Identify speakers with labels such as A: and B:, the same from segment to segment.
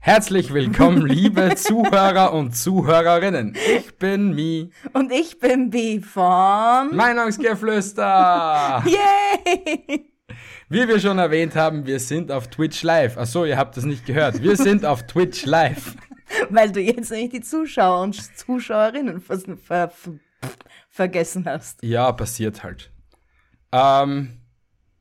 A: Herzlich willkommen, liebe Zuhörer und Zuhörerinnen. Ich bin Mi.
B: Und ich bin B von.
A: Meinungsgeflüster.
B: Yay!
A: Wie wir schon erwähnt haben, wir sind auf Twitch live. Achso, ihr habt das nicht gehört. Wir sind auf Twitch live.
B: Weil du jetzt nämlich die Zuschauer und Zuschauerinnen vers- ver ver vergessen hast.
A: Ja, passiert halt. Ähm,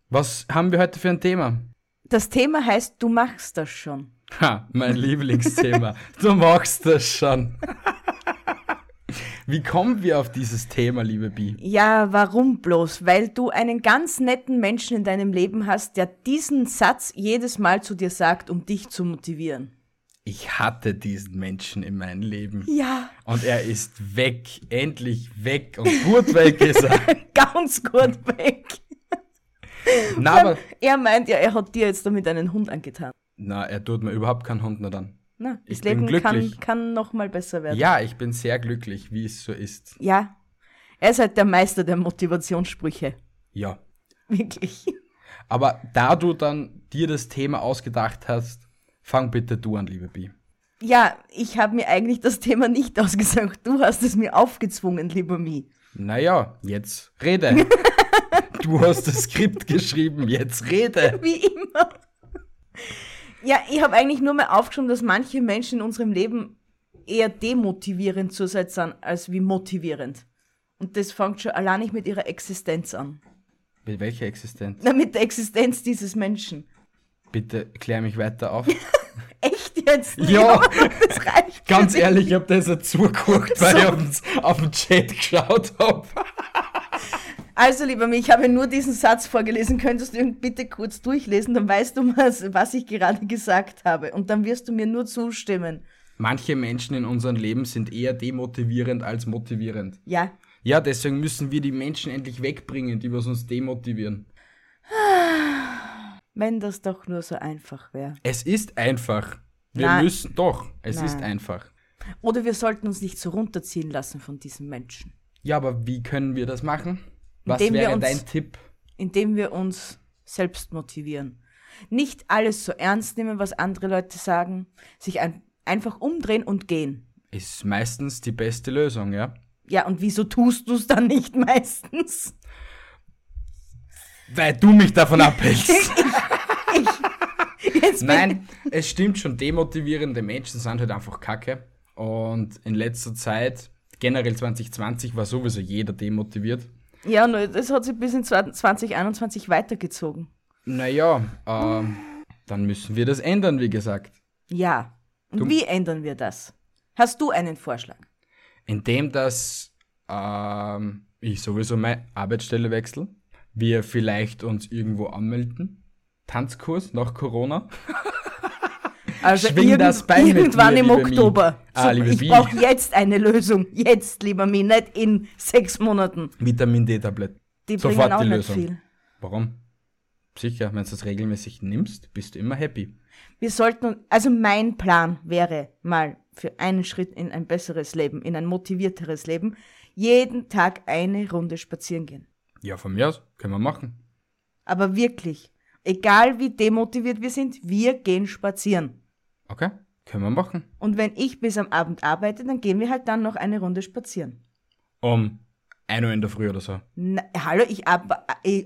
A: was haben wir heute für ein Thema?
B: Das Thema heißt, du machst das schon.
A: Ha, mein Lieblingsthema. Du magst das schon. Wie kommen wir auf dieses Thema, liebe Bi?
B: Ja, warum bloß? Weil du einen ganz netten Menschen in deinem Leben hast, der diesen Satz jedes Mal zu dir sagt, um dich zu motivieren.
A: Ich hatte diesen Menschen in meinem Leben.
B: Ja,
A: Und er ist weg, endlich weg und gut weg ist er.
B: ganz
A: Hm.
B: gut weg.
A: Na, aber,
B: Er meint ja, er hat dir jetzt damit einen Hund angetan.
A: na, er tut mir überhaupt keinen Hund mehr dann.
B: Na,
A: Ich
B: das Leben
A: bin
B: kann,
A: glücklich.
B: kann noch mal besser werden.
A: Ja, ich bin sehr glücklich, wie es so ist.
B: Ja, er ist halt der Meister der Motivationssprüche.
A: Ja.
B: Wirklich.
A: Aber da du dann dir das Thema ausgedacht hast, fang bitte du an, liebe Bi.
B: Ja, ich habe mir eigentlich das Thema nicht ausgesagt. Du hast es mir aufgezwungen, lieber Mi.
A: Naja, jetzt rede. du hast das Skript geschrieben, jetzt rede.
B: Wie immer. Ja, ich habe eigentlich nur mal aufgeschrieben, dass manche Menschen in unserem Leben eher demotivierend zurzeit sind, als wie motivierend. Und das fängt schon allein nicht mit ihrer Existenz an.
A: Mit welcher Existenz?
B: Na, mit der Existenz dieses Menschen.
A: Bitte klär mich weiter auf.
B: Echt jetzt?
A: Ja.
B: Das reicht.
A: Ganz
B: für mich.
A: ehrlich, ich hab das jetzt zugeguckt, weil ich auf den, auf den Chat geschaut hab.
B: Also, lieber mich, ich habe nur diesen Satz vorgelesen. Könntest du ihn bitte kurz durchlesen, dann weißt du, was, was ich gerade gesagt habe. Und dann wirst du mir nur zustimmen.
A: Manche Menschen in unserem Leben sind eher demotivierend als motivierend.
B: Ja.
A: Ja, deswegen müssen wir die Menschen endlich wegbringen, die was uns demotivieren.
B: Wenn das doch nur so einfach wäre.
A: Es ist einfach. Wir
B: Nein.
A: müssen doch. Es ist
B: Nein.
A: einfach.
B: Oder wir sollten uns nicht so runterziehen lassen von diesen Menschen,
A: Ja, aber wie können wir das machen? Was
B: Indem wir
A: wäre
B: uns-
A: dein Tipp?
B: indem wir uns selbst motivieren. Nicht alles so ernst nehmen, was andere Leute sagen, sich ein, einfach umdrehen und gehen.
A: Ist meistens die beste Lösung, ja?
B: Ja, und wieso tust du es dann nicht meistens?
A: Weil du mich davon abhältst.
B: Jetzt bin-
A: Nein, es stimmt schon, demotivierende Menschen sind halt einfach kacke. Und in letzter Zeit, generell 2020, war sowieso jeder demotiviert.
B: Ja, und das hat sich bis in 2021 weitergezogen.
A: Naja, ähm, dann müssen wir das ändern, wie gesagt.
B: Ja. Und
A: Du-
B: wie ändern wir das? Hast du einen Vorschlag?
A: Indem dass ähm, ich sowieso meine Arbeitsstelle wechsle, wir vielleicht uns irgendwo anmelden. Tanzkurs nach Corona.
B: Also
A: Schwing das Bein mit
B: irgendwann
A: mir,
B: im
A: liebe
B: Oktober.
A: Mi. Ah, liebe Mi.
B: ich brauche jetzt eine Lösung. Jetzt, lieber Mi, nicht in sechs Monaten.
A: Vitamin D-Tablett.
B: Die
A: Sofort
B: bringen auch
A: die
B: nicht
A: Lösung.
B: viel.
A: Warum? Sicher, wenn du das regelmäßig nimmst, bist du immer happy.
B: Wir sollten, also mein Plan wäre mal für einen Schritt in ein besseres Leben, in ein motivierteres Leben, jeden Tag eine Runde spazieren gehen.
A: Ja, von mir aus, können wir machen.
B: Aber wirklich, egal wie demotiviert wir sind, wir gehen spazieren.
A: Okay, können wir machen.
B: Und wenn ich bis am Abend arbeite, dann gehen wir halt dann noch eine Runde spazieren.
A: Um 1 Uhr in der Früh oder so.
B: Na, hallo, ich, ab, ich,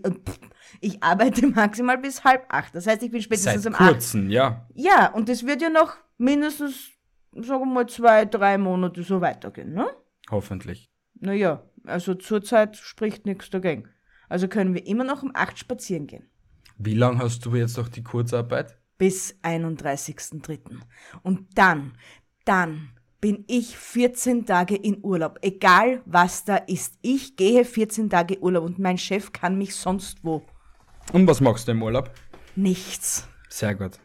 B: ich arbeite maximal bis halb acht. Das heißt, ich bin
A: Seit
B: spätestens um acht.
A: kurzem, ja.
B: Ja, und das wird ja noch mindestens, sagen wir mal, zwei, drei Monate so weitergehen, ne?
A: Hoffentlich.
B: Naja, also zurzeit spricht nichts dagegen. Also können wir immer noch um acht spazieren gehen.
A: Wie lange hast du jetzt noch die Kurzarbeit?
B: Bis 31.03. Und dann, dann bin ich 14 Tage in Urlaub. Egal was da ist. Ich gehe 14 Tage Urlaub und mein Chef kann mich sonst wo.
A: Und was machst du im Urlaub?
B: Nichts.
A: Sehr gut.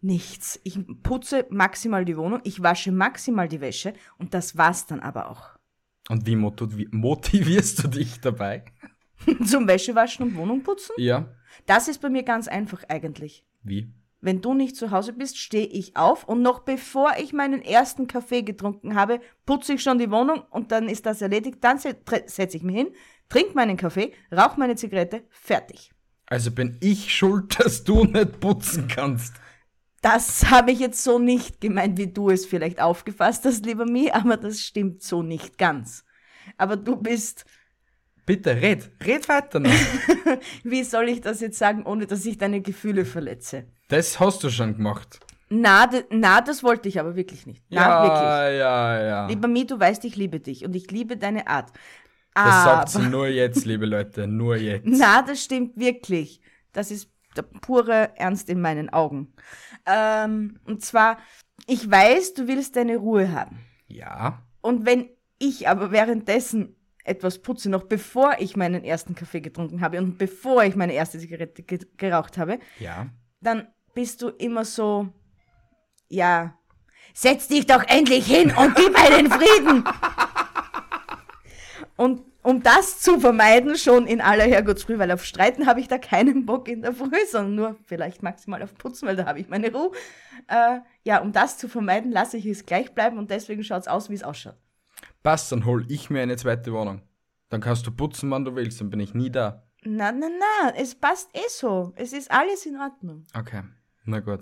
B: Nichts. Ich putze maximal die Wohnung, ich wasche maximal die Wäsche und das war's dann aber auch.
A: Und wie motiv- motivierst du dich dabei?
B: Zum Wäschewaschen und Wohnung putzen?
A: Ja.
B: Das ist bei mir ganz einfach eigentlich.
A: Wie?
B: Wenn du nicht zu Hause bist, stehe ich auf und noch bevor ich meinen ersten Kaffee getrunken habe, putze ich schon die Wohnung und dann ist das erledigt. Dann se- tre- setze ich mich hin, trinke meinen Kaffee, rauche meine Zigarette, fertig.
A: Also bin ich schuld, dass du nicht putzen kannst.
B: das habe ich jetzt so nicht gemeint, wie du es vielleicht aufgefasst hast, lieber Mi, aber das stimmt so nicht ganz. Aber du bist,
A: Bitte, red, red weiter noch.
B: wie soll ich das jetzt sagen, ohne dass ich deine Gefühle verletze?
A: Das hast du schon gemacht.
B: Na, d- na, das wollte ich aber wirklich nicht. Na, wirklich.
A: ja, ja, ja.
B: Lieber Mi, du weißt, ich liebe dich und ich liebe deine Art.
A: Das
B: Aber,
A: sagt sie nur jetzt, liebe Leute, nur jetzt.
B: na, das stimmt wirklich. Das ist der pure Ernst in meinen Augen. Ähm, und zwar, ich weiß, du willst deine Ruhe haben.
A: Ja,
B: Und wenn ich aber währenddessen etwas putze, noch bevor ich meinen ersten Kaffee getrunken habe und bevor ich meine erste Zigarette ge geraucht habe,
A: ja.
B: dann bist du immer so, ja, setz dich doch endlich hin und gib einen Frieden. Und um das zu vermeiden, schon in aller Herrgottsfrüh, weil auf Streiten habe ich da keinen Bock in der Früh, sondern nur vielleicht maximal auf Putzen, weil da habe ich meine Ruhe. Äh, ja, um das zu vermeiden, lasse ich es gleich bleiben und deswegen schaut es aus, wie es ausschaut.
A: Passt, dann hol ich mir eine zweite Wohnung. Dann kannst du putzen, wann du willst, dann bin ich nie da.
B: Na, na, na, es passt eh so. Es ist alles in Ordnung.
A: Okay, na gut.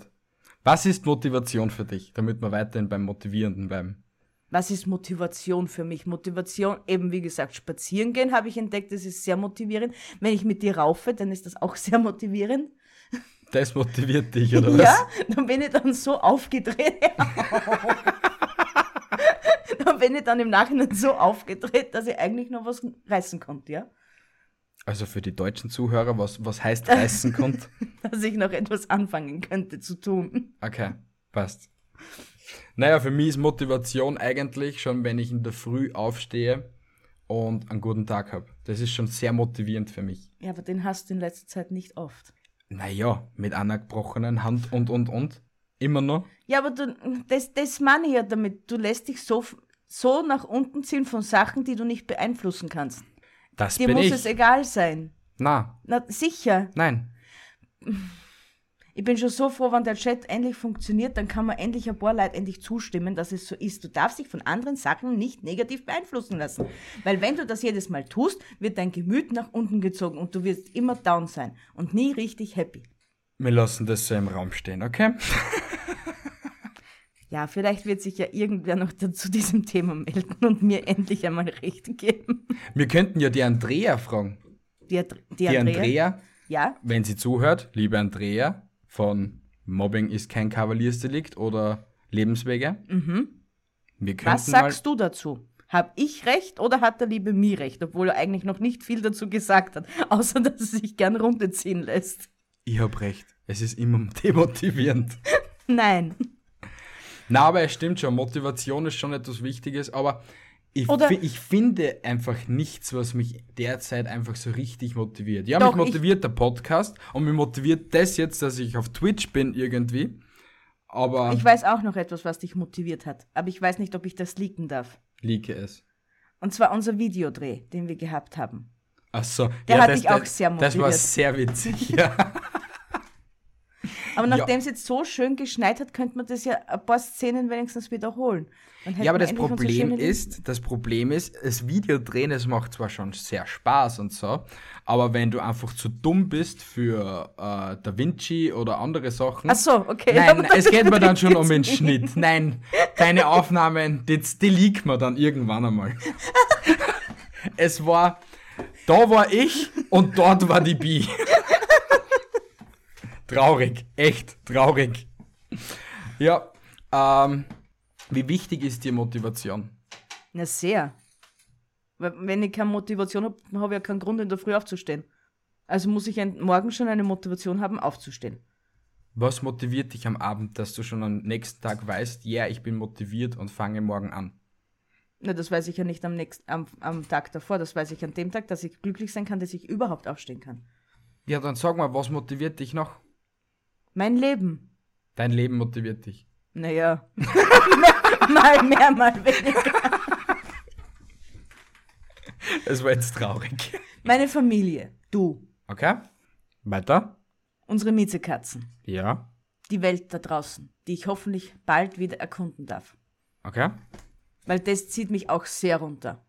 A: Was ist Motivation für dich, damit wir weiterhin beim Motivierenden bleiben?
B: was ist Motivation für mich? Motivation, eben wie gesagt, spazieren gehen habe ich entdeckt, das ist sehr motivierend. Wenn ich mit dir raufe, dann ist das auch sehr motivierend.
A: Das motiviert dich, oder was?
B: ja, dann bin ich dann so aufgedreht. dann bin ich dann im Nachhinein so aufgedreht, dass ich eigentlich noch was reißen konnte, ja?
A: Also für die deutschen Zuhörer, was, was heißt reißen kommt?
B: Dass ich noch etwas anfangen könnte zu tun.
A: Okay, passt. Naja, für mich ist Motivation eigentlich schon, wenn ich in der Früh aufstehe und einen guten Tag habe. Das ist schon sehr motivierend für mich.
B: Ja, aber den hast du in letzter Zeit nicht oft.
A: Naja, mit einer gebrochenen Hand und und und. Immer noch.
B: Ja, aber du, das, das meine ich ja damit. Du lässt dich so, so nach unten ziehen von Sachen, die du nicht beeinflussen kannst.
A: Das
B: Dir
A: bin
B: muss
A: ich.
B: es egal sein.
A: Na,
B: Na, sicher.
A: nein.
B: Ich bin schon so froh, wenn der Chat endlich funktioniert, dann kann man endlich ein paar Leute endlich zustimmen, dass es so ist. Du darfst dich von anderen Sachen nicht negativ beeinflussen lassen. Weil wenn du das jedes Mal tust, wird dein Gemüt nach unten gezogen und du wirst immer down sein und nie richtig happy.
A: Wir lassen das so im Raum stehen, okay?
B: Ja, vielleicht wird sich ja irgendwer noch zu diesem Thema melden und mir endlich einmal recht geben.
A: Wir könnten ja die Andrea fragen.
B: Die, Ad- die,
A: Die
B: Andrea.
A: Andrea,
B: Ja,
A: wenn sie zuhört, liebe Andrea von Mobbing ist kein Kavaliersdelikt oder Lebenswege. Wir könnten
B: Mhm. was sagst du dazu? Hab ich recht oder hat der liebe Mi recht, obwohl er eigentlich noch nicht viel dazu gesagt hat, außer dass er sich gern runterziehen lässt?
A: mal, ich habe recht. Es ist immer demotivierend.
B: Nein.
A: Na, aber es stimmt schon. Motivation ist schon etwas Wichtiges, aber ich,
B: Oder-
A: fi- ich finde einfach nichts, was mich derzeit einfach so richtig motiviert. Ja,
B: Doch,
A: mich motiviert der Podcast und mich motiviert das jetzt, dass ich auf Twitch bin irgendwie. Aber
B: Ich weiß auch noch etwas, was dich motiviert hat, aber ich weiß nicht, ob ich das leaken darf.
A: liege es.
B: Und zwar unser Videodreh, den wir gehabt haben.
A: Ach so.
B: Der
A: ja,
B: hat
A: das,
B: dich auch
A: das,
B: sehr
A: Das war
B: motiviert.
A: sehr witzig, ja.
B: Aber nachdem es jetzt so schön geschneit hat, könnte man das ja ein paar Szenen wenigstens wiederholen. Dann hätten
A: ja, aber
B: wir
A: das
B: endlich unsere
A: Problem
B: schönen-
A: ist, das Problem ist, das Videodrehen, es macht zwar schon sehr Spaß und so, aber wenn du einfach zu dumm bist für äh, Da Vinci oder andere Sachen.
B: Ach so, okay.
A: Nein,
B: Aber
A: es geht mir dann schon um den Schnitt. Nein, deine Aufnahmen, die, die liegt mir dann irgendwann einmal. es war, da war ich und dort war die Bi. traurig, echt traurig. Ja, ähm, wie wichtig ist dir Motivation?
B: Na sehr. Weil Wenn ich keine Motivation habe, habe ich ja keinen Grund, in der Früh aufzustehen. Also muss ich ein- morgen schon eine Motivation haben, aufzustehen.
A: Was motiviert dich am Abend, dass du schon am nächsten Tag weißt, ja, ich bin motiviert und fange morgen an?
B: Na, das weiß ich ja nicht am, nächsten, am, am Tag davor. Das weiß ich an dem Tag, dass ich glücklich sein kann, dass ich überhaupt aufstehen kann.
A: Ja, dann sag mal, was motiviert dich noch?
B: Mein Leben.
A: Dein Leben motiviert dich.
B: Naja. mal mehr, mal weniger.
A: Es war jetzt traurig.
B: Meine Familie. Du.
A: Okay. Weiter.
B: Unsere Miezekatzen.
A: Ja.
B: Die Welt da draußen, die ich hoffentlich bald wieder erkunden darf.
A: Okay.
B: Weil das zieht mich auch sehr runter.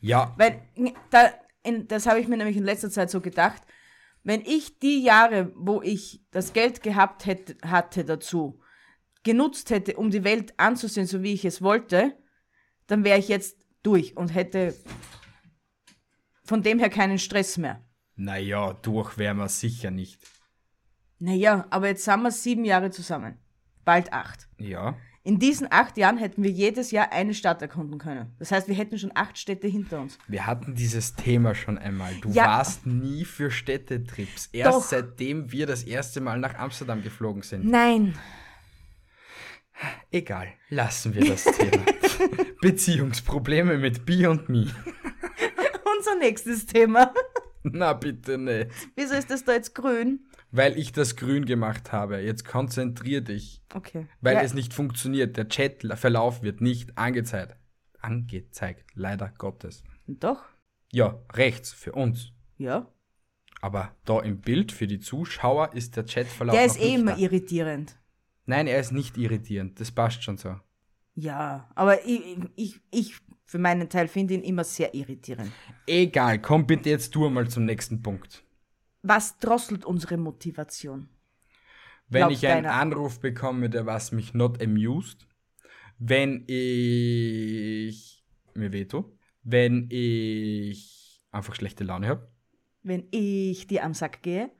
A: Ja.
B: Weil da, in, das habe ich mir nämlich in letzter Zeit so gedacht, wenn ich die Jahre, wo ich das Geld gehabt hätte, hatte dazu, genutzt hätte, um die Welt anzusehen, so wie ich es wollte, dann wäre ich jetzt durch und hätte von dem her keinen Stress mehr.
A: Naja, durch wären wir sicher nicht.
B: Naja, aber jetzt sind wir sieben Jahre zusammen. Bald acht.
A: Ja.
B: In diesen acht Jahren hätten wir jedes Jahr eine Stadt erkunden können. Das heißt, wir hätten schon acht Städte hinter uns.
A: Wir hatten dieses Thema schon einmal. Du
B: Ja.
A: warst nie für Städtetrips. Erst
B: Doch.
A: seitdem wir das erste Mal nach Amsterdam geflogen sind.
B: Nein.
A: Egal, lassen wir das Thema. Beziehungsprobleme mit Bee und Me.
B: Unser nächstes Thema.
A: Na bitte nicht.
B: Wieso ist das da jetzt grün?
A: Weil ich das grün gemacht habe. Jetzt konzentrier dich.
B: Okay.
A: Weil
B: ja,
A: es nicht funktioniert. Der Chatverlauf wird nicht angezeigt. Angezeigt, leider Gottes.
B: Doch.
A: Ja, rechts für uns.
B: Ja.
A: Aber da im Bild für die Zuschauer ist der Chatverlauf.
B: Der
A: noch
B: ist eh
A: nicht
B: immer
A: da.
B: irritierend.
A: Nein, er ist nicht irritierend. Das passt schon so.
B: Ja, aber ich, ich, ich für meinen Teil finde ihn immer sehr irritierend.
A: Egal, komm bitte jetzt du mal zum nächsten Punkt.
B: Was drosselt unsere Motivation?
A: Wenn
B: Laut
A: ich einen
B: deiner-
A: Anruf bekomme, der was mich not amused, wenn ich mir veto, wenn ich einfach schlechte Laune habe,
B: Wenn ich dir am Sack gehe,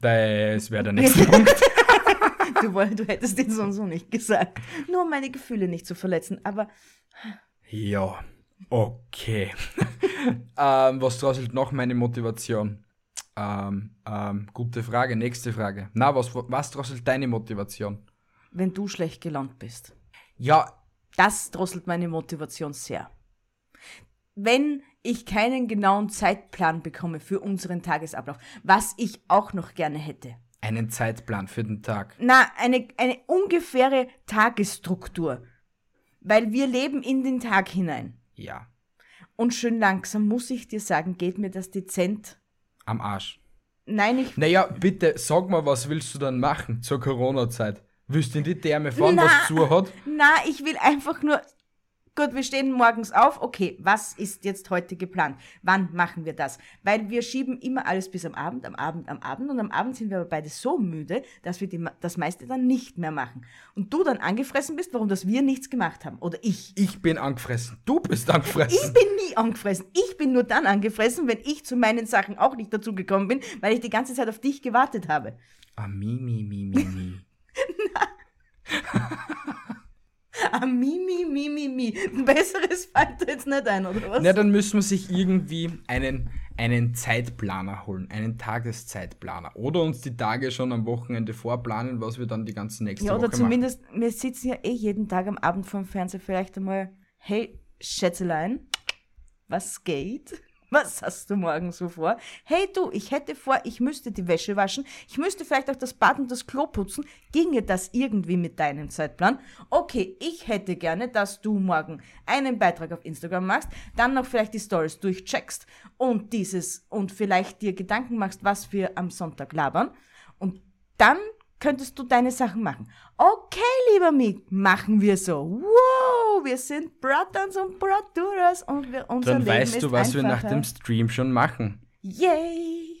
A: das wäre der nächste Punkt.
B: du, woll- du hättest ihn so und so nicht gesagt. Nur um meine Gefühle nicht zu verletzen, aber
A: Ja, okay. ähm, was drosselt noch meine Motivation? Ähm, ähm, gute Frage, nächste Frage. Na, was, was drosselt deine Motivation?
B: wenn du schlecht gelaunt bist.
A: Ja,
B: Das drosselt meine Motivation sehr. Wenn ich keinen genauen Zeitplan bekomme für unseren Tagesablauf, was ich auch noch gerne hätte.
A: einen Zeitplan für den Tag.
B: Na, eine, eine ungefähre Tagesstruktur. Weil wir leben in den Tag hinein.
A: Ja,
B: Und schön langsam muss ich dir sagen, geht mir das dezent.
A: am Arsch.
B: Nein, ich.
A: Naja, bitte, sag mal, was willst du dann machen zur Corona-Zeit? Willst du in die Therme fahren, was
B: Na.
A: zu hat?
B: Na, ich will einfach nur. Gut, wir stehen morgens auf. Okay, was ist jetzt heute geplant? Wann machen wir das? Weil wir schieben immer alles bis am Abend, am Abend, am Abend. Und am Abend sind wir aber beide so müde, dass wir die, ma- das meiste dann nicht mehr machen. Und du dann angefressen bist, warum dass wir nichts gemacht haben. Oder ich.
A: Ich bin angefressen, du bist
B: Ich
A: angefressen.
B: bin nie angefressen. Ich bin nur dann angefressen, wenn ich zu meinen Sachen auch nicht dazugekommen bin, weil ich die ganze Zeit auf dich gewartet habe.
A: Ah, mi, mi, mi, mi, mi.
B: Ah, mi, mi, mi, mi, mi. Ein besseres fällt dir jetzt nicht ein, oder was?
A: Na, dann müssen wir sich irgendwie einen, einen Zeitplaner holen, einen Tageszeitplaner. Oder uns die Tage schon am Wochenende vorplanen, was wir dann die ganze nächste
B: ja,
A: Woche
B: oder
A: machen.
B: zumindest, wir sitzen ja eh jeden Tag am Abend vorm Fernseher vielleicht einmal, hey, Schätzelein, was geht? Was hast du morgen so vor? Hey du, ich hätte vor, ich müsste die Wäsche waschen, ich müsste vielleicht auch das Bad und das Klo putzen. Ginge das irgendwie mit deinem Zeitplan? Okay, ich hätte gerne, dass du morgen einen Beitrag auf Instagram machst, dann noch vielleicht die Stories durchcheckst und dieses und vielleicht dir Gedanken machst, was wir am Sonntag labern. Und dann könntest du deine Sachen machen. Okay, lieber Mick, machen wir so. Wow, wir sind Brothers und Brothers und wir, unser
A: Dann
B: Leben
A: weißt
B: ist
A: du, was wir nach
B: einfacher.
A: dem Stream schon machen.
B: Yay!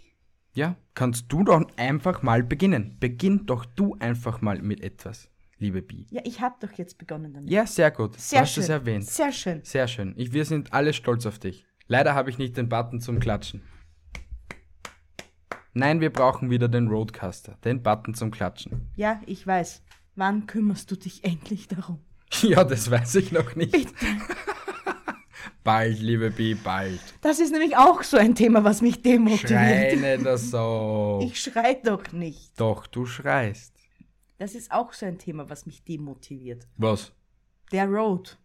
A: Ja, kannst du doch einfach mal beginnen. Beginn doch du einfach mal mit etwas, liebe Bi.
B: Ja, ich habe doch jetzt begonnen damit.
A: Ja, sehr gut.
B: Sehr
A: du hast
B: schön.
A: es erwähnt.
B: Sehr schön.
A: Sehr schön. Ich, wir sind alle stolz auf dich. Leider habe ich nicht den Button zum Klatschen. Nein, wir brauchen wieder den Roadcaster, den Button zum Klatschen.
B: Ja, ich weiß. Wann kümmerst du dich endlich darum?
A: Ja, das weiß ich noch nicht. bald, liebe Bi, bald.
B: Das ist nämlich auch so ein Thema, was mich demotiviert.
A: Schreine das so.
B: Ich schrei doch nicht.
A: Doch, du schreist.
B: Das ist auch so ein Thema, was mich demotiviert.
A: Was?
B: Der Road.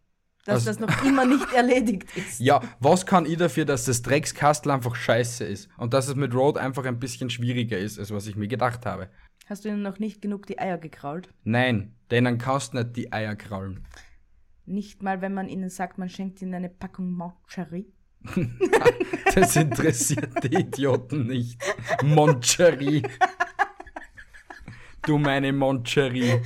B: Dass
A: Also-
B: das noch immer nicht erledigt ist.
A: Ja, was kann ich dafür, dass das Dreckskastel einfach scheiße ist und dass es mit Road einfach ein bisschen schwieriger ist, als was ich mir gedacht habe?
B: Hast du ihnen noch nicht genug die Eier gekrault?
A: Nein, denen kannst nicht die Eier kraulen.
B: Nicht mal, wenn man ihnen sagt, man schenkt ihnen eine Packung Moncherie.
A: Das interessiert die Idioten nicht. Moncherie. Du meine Moncherie.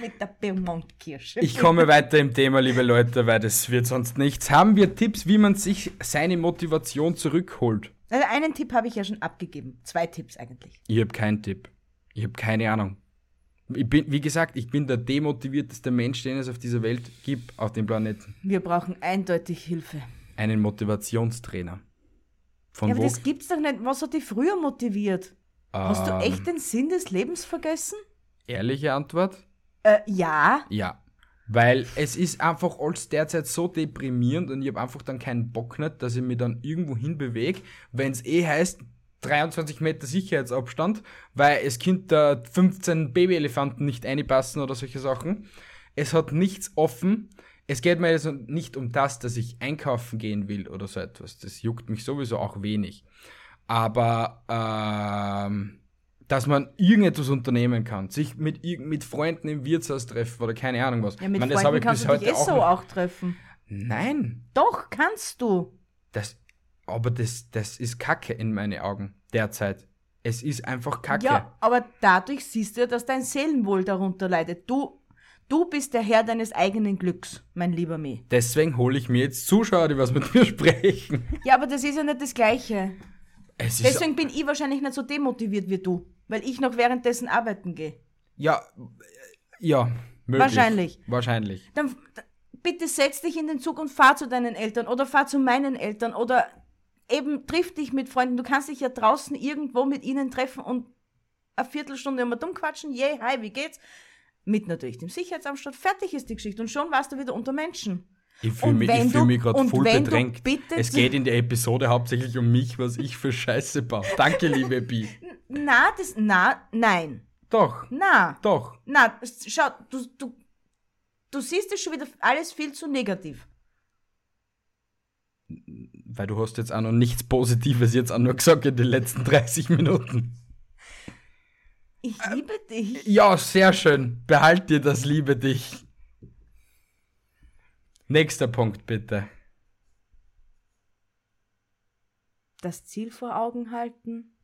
B: Mit der Beaumont-Kirsche.
A: Ich komme weiter im Thema, liebe Leute, weil das wird sonst nichts. Haben wir Tipps, wie man sich seine Motivation zurückholt?
B: Also einen Tipp habe ich ja schon abgegeben. Zwei Tipps eigentlich.
A: Ich habe keinen Tipp. Ich habe keine Ahnung. Ich bin, wie gesagt, ich bin der demotivierteste Mensch, den es auf dieser Welt gibt, auf dem Planeten.
B: Wir brauchen eindeutig Hilfe.
A: Einen Motivationstrainer. Von
B: Ja, aber
A: wo?
B: das gibt's doch nicht. Was hat dich früher motiviert? Hast du
A: Ähm,
B: echt den Sinn des Lebens vergessen?
A: Ehrliche Antwort?
B: Äh, ja.
A: Ja. Weil es ist einfach alles derzeit so deprimierend und ich habe einfach dann keinen Bock nicht, dass ich mich dann irgendwo hinbewege, wenn es eh heißt, 23 Meter Sicherheitsabstand, weil es Kind da 15 Babyelefanten nicht einpassen oder solche Sachen. Es hat nichts offen. Es geht mir also nicht um das, dass ich einkaufen gehen will oder so etwas. Das juckt mich sowieso auch wenig. Aber ähm, dass man irgendetwas unternehmen kann, sich mit, irg- mit Freunden im Wirtshaus treffen oder keine Ahnung was.
B: Ja, mit
A: Ich meine,
B: Freunden
A: das
B: kannst du
A: habe ich
B: dich eh
A: bis heute
B: so
A: auch. Noch.
B: auch treffen.
A: Nein,
B: Doch, kannst du.
A: das, aber das, das ist Kacke in meinen Augen derzeit. Es ist einfach Kacke.
B: Ja, aber dadurch siehst du ja, dass dein Seelenwohl darunter leidet. Du, du bist der Herr deines eigenen Glücks, mein lieber Me.
A: Deswegen hole ich mir jetzt Zuschauer, die was mit mir sprechen.
B: Ja, aber das ist ja nicht das Gleiche.
A: Es ist,
B: Deswegen bin ich wahrscheinlich nicht so demotiviert wie du, weil ich noch währenddessen arbeiten gehe.
A: ja, ja, möglich.
B: Wahrscheinlich.
A: Wahrscheinlich.
B: Dann dann bitte setz dich in den Zug und fahr zu deinen Eltern oder fahr zu meinen Eltern oder eben triff dich mit Freunden. Du kannst dich ja draußen irgendwo mit ihnen treffen und eine Viertelstunde immer dumm quatschen. Yay, hi, wie geht's? Mit natürlich dem Sicherheitsamstand. Fertig ist die Geschichte und schon warst du wieder unter Menschen.
A: Ich fühle
B: Und
A: mich,
B: wenn
A: ich fühl
B: du-
A: mich gerade
B: und
A: voll
B: wenn du
A: bedrängt.
B: bitte
A: Es
B: zu-
A: geht in der Episode hauptsächlich um mich, was ich für Scheiße baue. Danke, liebe Bi.
B: Na, das, na, nein,
A: Doch,
B: na,
A: doch.
B: na, schau, du, du, du siehst es schon wieder alles viel zu negativ.
A: Weil du hast jetzt auch noch nichts Positives jetzt auch nur gesagt in den letzten 30 Minuten.
B: Ich liebe dich.
A: Ja, sehr schön. Behalt dir das, liebe dich. Nächster Punkt, bitte.
B: das Ziel vor Augen halten?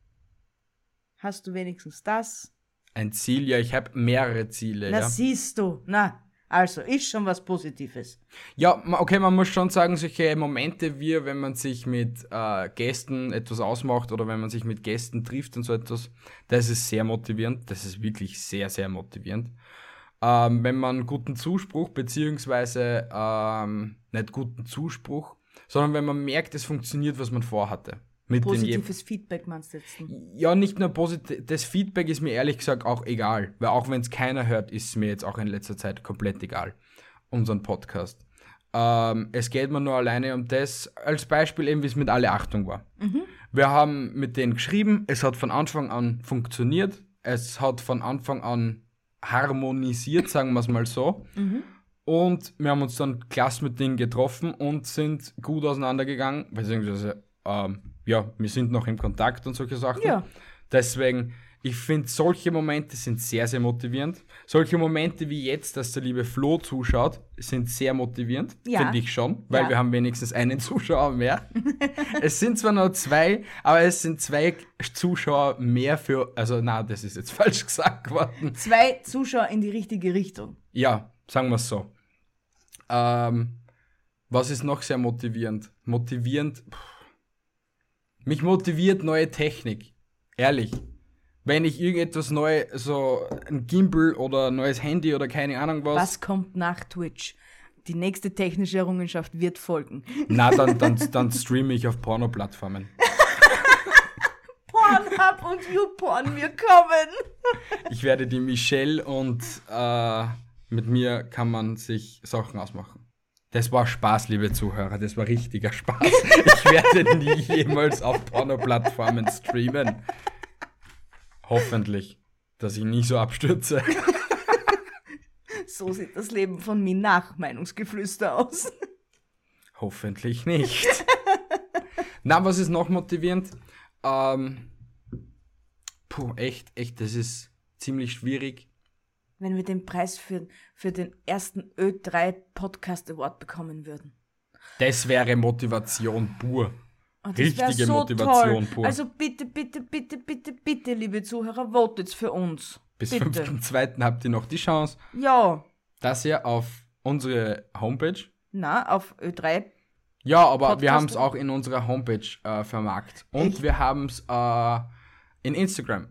B: Hast du wenigstens das?
A: Ein Ziel, ja, ich habe mehrere Ziele.
B: Na,
A: Äh, ja.
B: siehst du. Na, also ist schon was Positives.
A: Ja, ma- okay, man muss schon sagen, solche Momente wie, wenn man sich mit äh, Gästen etwas ausmacht oder wenn man sich mit Gästen trifft und so etwas, das ist sehr motivierend. Das ist wirklich sehr, sehr motivierend. Ähm, wenn man guten Zuspruch, beziehungsweise ähm, nicht guten Zuspruch, sondern wenn man merkt, es funktioniert, was man vorhatte. Mit den je-
B: Positives Feedback meinst du jetzt?
A: ja, nicht nur positiv. Das Feedback ist mir ehrlich gesagt auch egal, weil auch wenn es keiner hört, ist es mir jetzt auch in letzter Zeit komplett egal. Unseren Podcast. Ähm, es geht mir nur alleine um das, als Beispiel eben, wie es mit alle Achtung war. Wir haben mit denen geschrieben, es hat von Anfang an funktioniert, es hat von Anfang an harmonisiert, sagen wir es mal so.
B: Mhm.
A: Und wir haben uns dann klasse mit denen getroffen und sind gut auseinandergegangen, beziehungsweise, ähm, ja, wir sind noch im Kontakt und solche Sachen.
B: Ja.
A: Deswegen, ich finde, solche Momente sind sehr, sehr motivierend. Solche Momente wie jetzt, dass der liebe Flo zuschaut, sind sehr motivierend,
B: Ja.
A: finde ich schon, weil
B: Ja.
A: wir haben wenigstens einen Zuschauer mehr. es sind zwar nur zwei, aber es sind zwei Zuschauer mehr für, also na, das ist jetzt falsch gesagt worden.
B: Zwei Zuschauer in die richtige Richtung.
A: Ja, sagen wir es so. Ähm, was ist noch sehr motivierend? Motivierend. Puh. Mich motiviert neue Technik. Ehrlich. Wenn ich irgendetwas neu, so ein Gimbal oder ein neues Handy oder keine Ahnung was.
B: Was kommt nach Twitch? Die nächste technische Errungenschaft wird folgen.
A: Na, dann, dann, dann streame ich auf Porno-Plattformen.
B: Pornhub und YouPorn, wir kommen!
A: Ich werde die Michelle und äh, mit mir kann man sich Sachen ausmachen. Das war Spaß, liebe Zuhörer. Das war richtiger Spaß. Ich werde nie jemals auf Porno-Plattformen streamen. Hoffentlich, dass ich nie so abstürze.
B: So sieht das Leben von mir nach Meinungsgeflüster aus.
A: Hoffentlich nicht. Na, was ist noch motivierend? Ähm, puh, echt, echt, das ist ziemlich schwierig.
B: wenn wir den Preis für, für den ersten Ö3 Podcast Award bekommen würden.
A: Das wäre Motivation pur.
B: Oh, das wär
A: Richtige Motivation pur.
B: Also bitte, bitte, bitte, bitte, bitte, liebe Zuhörer, votet für uns.
A: Bis
B: bitte.
A: 5.2. habt ihr noch die Chance,
B: Ja,
A: dass ihr auf unsere Homepage.
B: na, auf Ö3.
A: Ja, aber wir
B: Podcast-
A: haben es auch in unserer Homepage äh, vermarkt. Und
B: Echt?
A: wir haben es äh, in Instagram.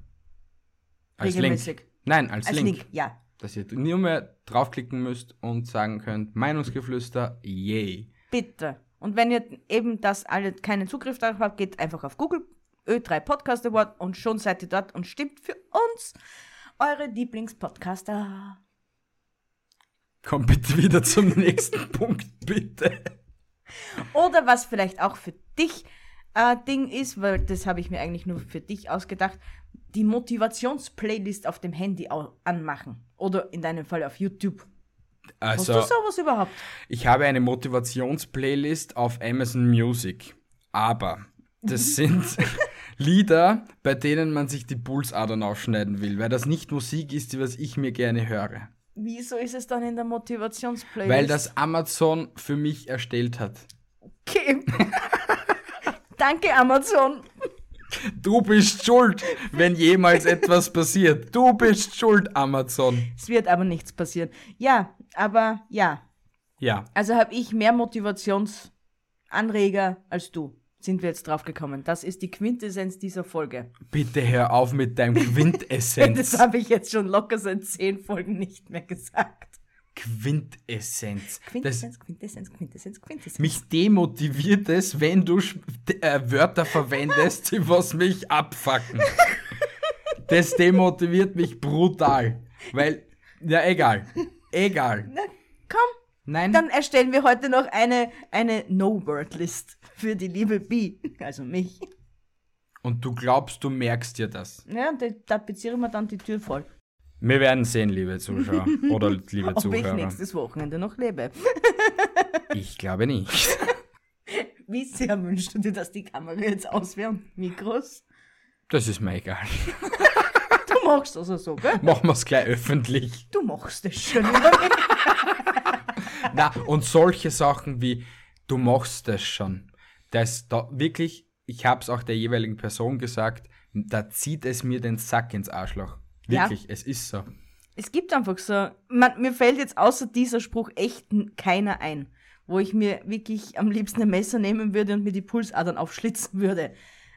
A: Als Link.
B: Regelmäßig.
A: Nein, als,
B: Als
A: Link.
B: Link, ja.
A: Dass ihr nur mehr draufklicken müsst und sagen könnt, Meinungsgeflüster, yay.
B: Bitte. Und wenn ihr eben das alle keinen Zugriff darauf habt, geht einfach auf Google Ö3 Podcast Award und schon seid ihr dort und stimmt für uns eure Lieblingspodcaster.
A: Komm bitte wieder zum nächsten Punkt, bitte.
B: Oder was vielleicht auch für dich äh, Ding ist, weil das habe ich mir eigentlich nur für dich ausgedacht, die Motivationsplaylist auf dem Handy au- anmachen. Oder in deinem Fall auf YouTube. Hast
A: Also,
B: du sowas überhaupt?
A: ich habe eine Motivationsplaylist auf Amazon Music, aber das
B: Mhm.
A: sind Lieder, bei denen man sich die Pulsadern aufschneiden will, weil das nicht Musik ist, die was ich mir gerne höre.
B: Wieso ist es dann in der Motivationsplaylist?
A: Weil das Amazon für mich erstellt hat.
B: Okay. Danke, Amazon.
A: Du bist schuld, wenn jemals etwas passiert. Du bist schuld, Amazon.
B: Es wird aber nichts passieren. Ja, aber ja.
A: Ja,
B: Also habe ich mehr Motivationsanreger als du. Sind wir jetzt drauf gekommen. Das ist die Quintessenz dieser Folge.
A: bitte hör auf mit deinem
B: Das
A: Quintessenz.
B: habe ich jetzt schon locker seit zehn Folgen nicht mehr gesagt.
A: Quintessenz. Das,
B: Quintessenz, Quintessenz, Quintessenz, Quintessenz.
A: mich demotiviert es, wenn du sch- d- äh, Wörter verwendest, die was mich abfacken. Das demotiviert mich brutal. Weil, ja, egal. Egal.
B: Na, komm,
A: Nein.
B: dann erstellen wir heute noch eine, eine No-Word-List für die liebe B, also mich.
A: Und du glaubst, du merkst dir das.
B: Ja, da tapezieren wir dann die Tür voll.
A: Wir werden sehen, liebe Zuschauer. Oder liebe
B: Ob ich
A: Zuhörer.
B: nächstes Wochenende noch lebe.
A: Ich glaube nicht.
B: Wie sehr wünschst du dir, dass die Kamera jetzt aus wäre und Mikros?
A: Das ist mir egal.
B: Du machst also so, gell?
A: Machen wir es gleich öffentlich.
B: Du machst es schon. Immer.
A: Na, und solche Sachen wie, du machst das schon. Das da wirklich, ich habe es auch der jeweiligen Person gesagt, da zieht es mir den Sack ins Arschloch.
B: Ja.
A: Wirklich, es ist so.
B: es gibt einfach so, man, mir fällt jetzt außer dieser Spruch echt n- keiner ein, wo ich mir wirklich am liebsten ein Messer nehmen würde und mir die Pulsadern aufschlitzen würde.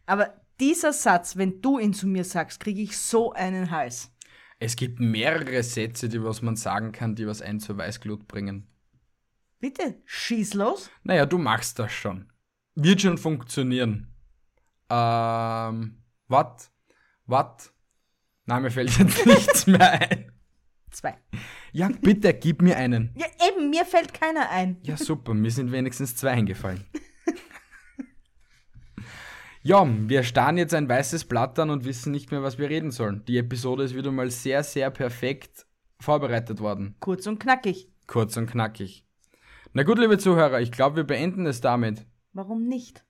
B: Aber dieser Satz, wenn du ihn zu mir sagst, kriege ich so einen Hals.
A: Es gibt mehrere Sätze, die was man sagen kann, die was einen zur Weißglut bringen.
B: Bitte, schieß los.
A: Naja, du machst das schon. Wird schon funktionieren. Ähm, wat? Wat? Nein, mir fällt jetzt nichts mehr ein.
B: Zwei.
A: Ja, bitte, gib mir einen.
B: Ja, eben, mir fällt keiner ein.
A: Ja, super, mir sind wenigstens zwei eingefallen. Ja, wir starren jetzt ein weißes Blatt an und wissen nicht mehr, was wir reden sollen. Die Episode ist wieder mal sehr, sehr perfekt vorbereitet worden.
B: Kurz und knackig.
A: Kurz und knackig. Na gut, liebe Zuhörer, ich glaube, wir beenden es damit.
B: Warum nicht?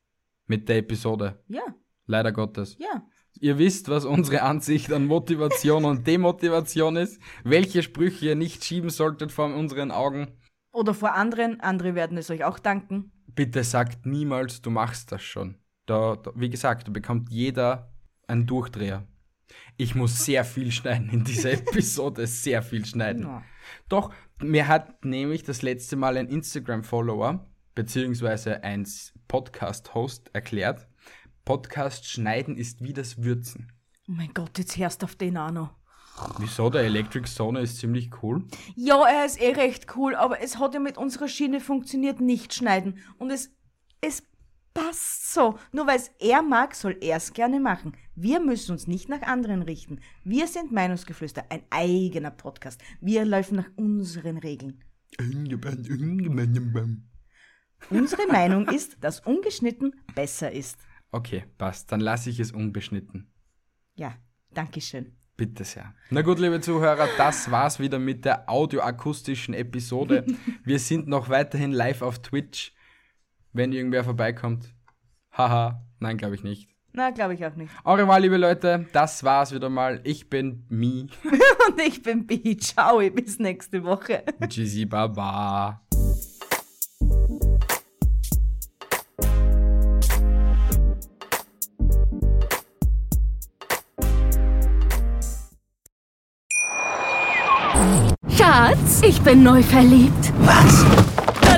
A: Mit der Episode.
B: Ja,
A: Leider Gottes.
B: ja.
A: Ihr wisst, was unsere Ansicht an Motivation und Demotivation ist, welche Sprüche ihr nicht schieben solltet vor unseren Augen.
B: Oder vor anderen, andere werden es euch auch danken.
A: bitte sagt niemals, du machst das schon. Da, da, wie gesagt, da bekommt jeder einen Durchdreher. Ich muss sehr viel schneiden in dieser Episode, sehr viel schneiden.
B: Ja.
A: Doch, mir hat nämlich das letzte Mal ein Instagram-Follower beziehungsweise ein S- Podcast-Host erklärt, Podcast schneiden ist wie das Würzen.
B: Oh mein Gott, jetzt hörst auf den auch noch.
A: Wieso? Der Electric Sauna ist ziemlich cool.
B: Ja, er ist eh recht cool, aber es hat ja mit unserer Schiene funktioniert, nicht schneiden. Und es, es passt so. Nur weil es er mag, soll er es gerne machen. Wir müssen uns nicht nach anderen richten. Wir sind Meinungsgeflüster, ein eigener Podcast. Wir laufen nach unseren Regeln. Unsere Meinung ist, dass ungeschnitten besser ist.
A: Okay, passt. Dann lasse ich es unbeschnitten.
B: Ja, Dankeschön.
A: Bitte sehr. Na gut, liebe Zuhörer, das war's wieder mit der audioakustischen Episode. Wir sind noch weiterhin live auf Twitch, wenn irgendwer vorbeikommt. Haha, nein, glaube ich nicht.
B: Na, glaube ich auch nicht.
A: Au revoir, liebe Leute, das war's wieder mal. Ich bin Mi.
B: Und ich bin Bi. Ciao, bis nächste Woche.
A: Tschüssi, Baba.
C: Schatz, ich bin neu verliebt.
D: Was?
C: Da